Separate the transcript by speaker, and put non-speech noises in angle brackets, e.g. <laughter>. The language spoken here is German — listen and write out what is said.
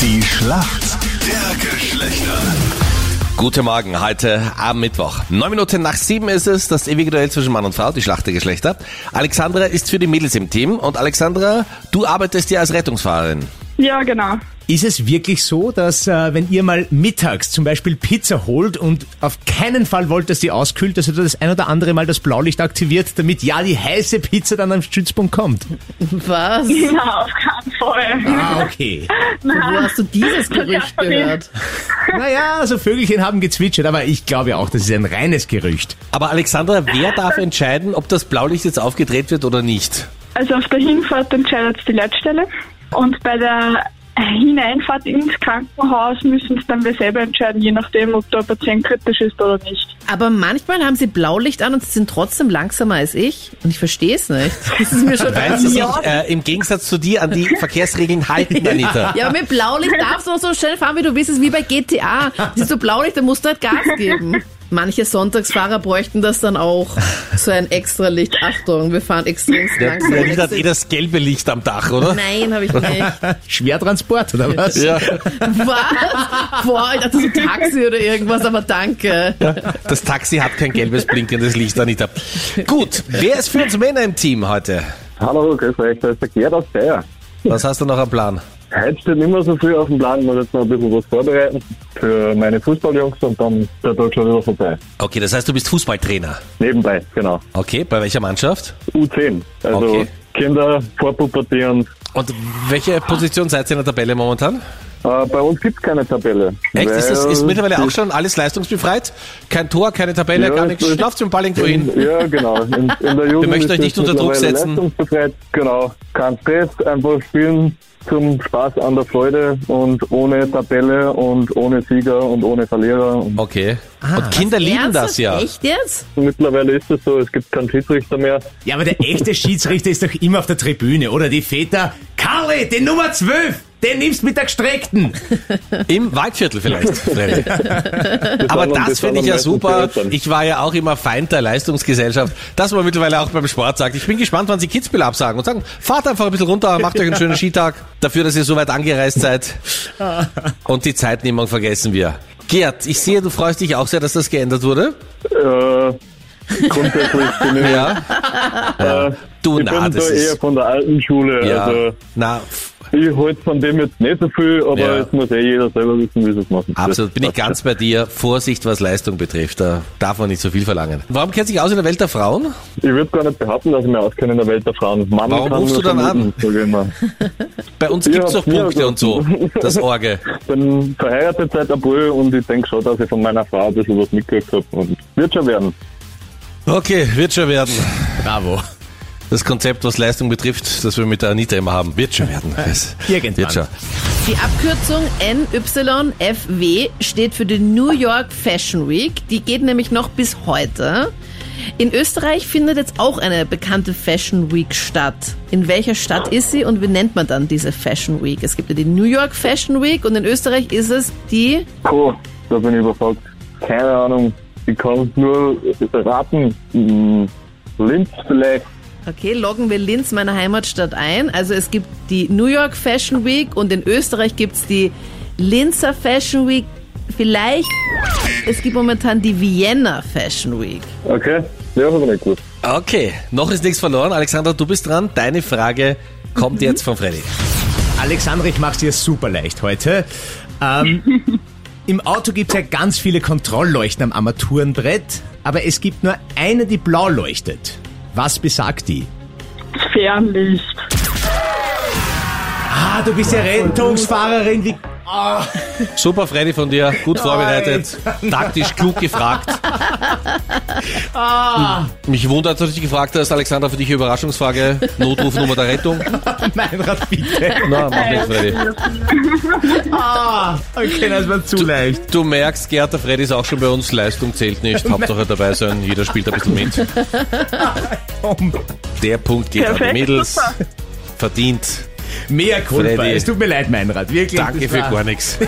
Speaker 1: Die Schlacht der Geschlechter.
Speaker 2: Guten Morgen, heute am Mittwoch. Neun Minuten nach sieben ist es, das ewige Duell zwischen Mann und Frau, die Schlacht der Geschlechter. Alexandra ist für die Mädels im Team und Alexandra, du arbeitest ja als Rettungsfahrerin.
Speaker 3: Ja, genau.
Speaker 4: Ist es wirklich so, dass äh, wenn ihr mal mittags zum Beispiel Pizza holt und auf keinen Fall wollt, dass die auskühlt, dass ihr das ein oder andere Mal das Blaulicht aktiviert, damit ja die heiße Pizza dann am Stützpunkt kommt?
Speaker 5: Was?
Speaker 3: Ja, auf keinen Fall.
Speaker 2: <laughs>
Speaker 4: Ah, okay.
Speaker 5: Wo hast du dieses Gerücht
Speaker 3: Ja, von
Speaker 5: gehört?
Speaker 4: Naja, also Vögelchen haben gezwitschert, aber ich glaube auch, das ist ein reines Gerücht.
Speaker 2: Aber Alexandra, wer darf entscheiden, ob das Blaulicht jetzt aufgedreht wird oder nicht?
Speaker 3: Also auf der Hinfahrt entscheidet die Leitstelle und bei der Hineinfahrt ins Krankenhaus müssen es dann wir selber entscheiden, je nachdem, ob der Patient kritisch ist oder nicht.
Speaker 5: Aber manchmal haben sie Blaulicht an und sie sind trotzdem langsamer als ich. Und ich verstehe es nicht. Das ist mir
Speaker 2: <laughs>
Speaker 5: schon
Speaker 2: Weil sie sich äh, im Gegensatz zu dir an die Verkehrsregeln halten, Anita.
Speaker 5: <laughs> Ja, aber mit Blaulicht darfst du auch so schnell fahren, wie du willst. Es ist wie bei GTA. Siehst du Blaulicht, dann musst du halt Gas geben. Manche Sonntagsfahrer bräuchten das dann auch. So ein extra Licht. Achtung, wir fahren extrem
Speaker 2: Der,
Speaker 5: langsam.
Speaker 2: der Lied hat eh das gelbe Licht am Dach, oder?
Speaker 5: Nein, habe
Speaker 2: <laughs>
Speaker 5: ich nicht.
Speaker 4: Schwertransport, oder was?
Speaker 2: Ja,
Speaker 5: Was? Boah, ich dachte so Taxi oder irgendwas, aber danke.
Speaker 2: das Taxi hat kein gelbes blinkendes Licht, Anita. Gut, wer ist für uns Männer im Team heute?
Speaker 6: Hallo, grüß euch, da ist der Gerd aus Geier.
Speaker 2: Was hast du noch am Plan?
Speaker 6: Heute steht nicht mehr so viel auf dem Plan, muss jetzt noch ein bisschen was vorbereiten für meine Fußballjungs und dann der Tag schon wieder vorbei.
Speaker 2: Okay, das heißt, du bist Fußballtrainer.
Speaker 6: Nebenbei, genau.
Speaker 2: Okay, bei welcher Mannschaft?
Speaker 6: U10, also
Speaker 2: Okay.
Speaker 6: Kinder vor Pubertät und
Speaker 2: Und welche Position seid ihr in der Tabelle momentan?
Speaker 6: äh, bei uns gibt's keine Tabelle.
Speaker 2: Echt? Ist, das,
Speaker 6: Weil-
Speaker 2: ist mittlerweile auch schon alles leistungsbefreit? Kein Tor, keine Tabelle,
Speaker 6: Ja,
Speaker 2: gar nichts.
Speaker 6: das ist-
Speaker 2: Schlaft zum Ball irgendwo hin.
Speaker 6: Ja, genau. In,
Speaker 2: <laughs>
Speaker 6: in der Jugend
Speaker 2: möchten
Speaker 6: ist
Speaker 2: euch nicht
Speaker 6: das
Speaker 2: unter Druck
Speaker 6: mittlerweile
Speaker 2: setzen.
Speaker 6: leistungsbefreit. Genau, kein Stress, einfach spielen zum Spaß an der Freude und ohne Tabelle und ohne Sieger und ohne Verlierer. Und
Speaker 2: Okay. Und Kinder lieben das
Speaker 5: Ernsthaft?
Speaker 2: ja.
Speaker 5: Echt jetzt?
Speaker 6: mittlerweile ist es so, es gibt keinen Schiedsrichter mehr.
Speaker 4: Ja, aber der echte Schiedsrichter ist doch immer auf der Tribüne, oder? Die Väter. Karli, den Nummer 12, den nimmst mit der gestreckten.
Speaker 2: Im Waldviertel vielleicht. Freddy. Aber
Speaker 6: waren-
Speaker 2: das
Speaker 6: das waren
Speaker 2: finde ich
Speaker 6: am
Speaker 2: ja
Speaker 6: meisten
Speaker 2: super.
Speaker 6: Eltern.
Speaker 2: Ich war ja auch immer Feind der Leistungsgesellschaft, dass man mittlerweile auch beim Sport sagt. Ich bin gespannt, wann sie Kitzbühel absagen und sagen, fahrt einfach ein bisschen runter, macht euch einen
Speaker 6: <laughs>
Speaker 2: schönen Skitag dafür, dass ihr so weit angereist seid. Und die Zeitnehmung vergessen wir. Gerd, ich sehe, du freust dich auch sehr, dass das geändert wurde.
Speaker 6: Äh,
Speaker 2: <laughs>
Speaker 6: grundsätzlich bin ich,
Speaker 2: Ja. <laughs>
Speaker 6: äh,
Speaker 2: Du,
Speaker 6: ich
Speaker 2: na,
Speaker 6: bin
Speaker 2: das
Speaker 6: da eher
Speaker 2: ist...
Speaker 6: von der alten Schule.
Speaker 2: Ja,
Speaker 6: Also
Speaker 2: na,
Speaker 6: ich halte von dem jetzt nicht so viel, aber
Speaker 2: Ja.
Speaker 6: jetzt muss eh jeder selber wissen, wie sie es machen.
Speaker 2: absolut. Bin ich ganz bei dir. Vorsicht, was Leistung betrifft. Da darf man nicht so viel verlangen. Warum kennt sich aus in der Welt der Frauen?
Speaker 6: Ich würde gar nicht behaupten, dass ich mich auskenne in der Welt der Frauen. Mama
Speaker 2: Warum
Speaker 6: kann
Speaker 2: rufst
Speaker 6: nur
Speaker 2: du dann an?
Speaker 6: vermuten, sag ich immer.
Speaker 2: Bei uns
Speaker 6: Ja,
Speaker 2: gibt's doch
Speaker 6: ja,
Speaker 2: Punkte
Speaker 6: so.
Speaker 2: und
Speaker 6: <laughs>
Speaker 2: so. Das Orgel.
Speaker 6: Bin verheiratet seit April und ich denke schon, dass ich von meiner Frau ein bisschen was mitgekriegt habe. Und wird schon werden.
Speaker 2: Okay, wird schon werden.
Speaker 4: Bravo.
Speaker 2: Das Konzept, was Leistung betrifft, das wir mit der Anita immer haben, wird schon werden. Das-
Speaker 4: Irgendwann.
Speaker 2: Wird schon.
Speaker 5: Die Abkürzung NYFW steht für die New York Fashion Week. Die geht nämlich noch bis heute. In Österreich findet jetzt auch eine bekannte Fashion Week statt. In welcher Stadt ist sie und wie nennt man dann diese Fashion Week? Es gibt ja die New York Fashion Week und in Österreich ist es die.
Speaker 6: Co, da bin ich überfragt. Keine Ahnung. Ich kann nur raten. Hm, Linz vielleicht.
Speaker 5: Okay, loggen wir Linz, meine Heimatstadt, ein. Also es gibt die New York Fashion Week und in Österreich gibt's die Linzer Fashion Week. Vielleicht. Es gibt momentan die Vienna Fashion Week.
Speaker 6: Okay, ja, habe ich nicht gewusst.
Speaker 2: Okay, noch ist nichts verloren. Alexander, du bist dran. Deine Frage kommt jetzt von Freddy.
Speaker 4: Alexandra, ich mach's dir super leicht heute. Ähm,
Speaker 2: <laughs>
Speaker 4: Im Auto gibt's ja ganz viele Kontrollleuchten am Armaturenbrett, aber es gibt nur eine, die blau leuchtet. Was besagt die?
Speaker 3: Fernlicht.
Speaker 4: Ah, du bist ja Rettungsfahrerin, wie... <laughs> Ah.
Speaker 2: Super Freddy von dir, gut vorbereitet, taktisch klug gefragt. Mich wundert, dass du dich gefragt hast, Alexander, für dich eine Überraschungsfrage, Notrufnummer der Rettung.
Speaker 4: Mein Rad, bitte.
Speaker 2: <laughs> Na, mach nichts, Freddy.
Speaker 4: Ah, okay, das war zu leicht.
Speaker 2: Du merkst, Gerd, der Freddy ist auch schon bei uns, Leistung zählt nicht, Hauptsache dabei sein, jeder spielt ein bisschen mit.
Speaker 4: Komm.
Speaker 2: Der Punkt geht an
Speaker 3: Perfekt,
Speaker 2: die Mädels.
Speaker 3: super.
Speaker 2: Verdient.
Speaker 4: Mehr Kulpa.
Speaker 2: Freddy.
Speaker 4: Es tut mir leid, Meinrad. Wirklich.
Speaker 2: Danke
Speaker 4: das
Speaker 2: für
Speaker 4: war-
Speaker 2: gar nichts.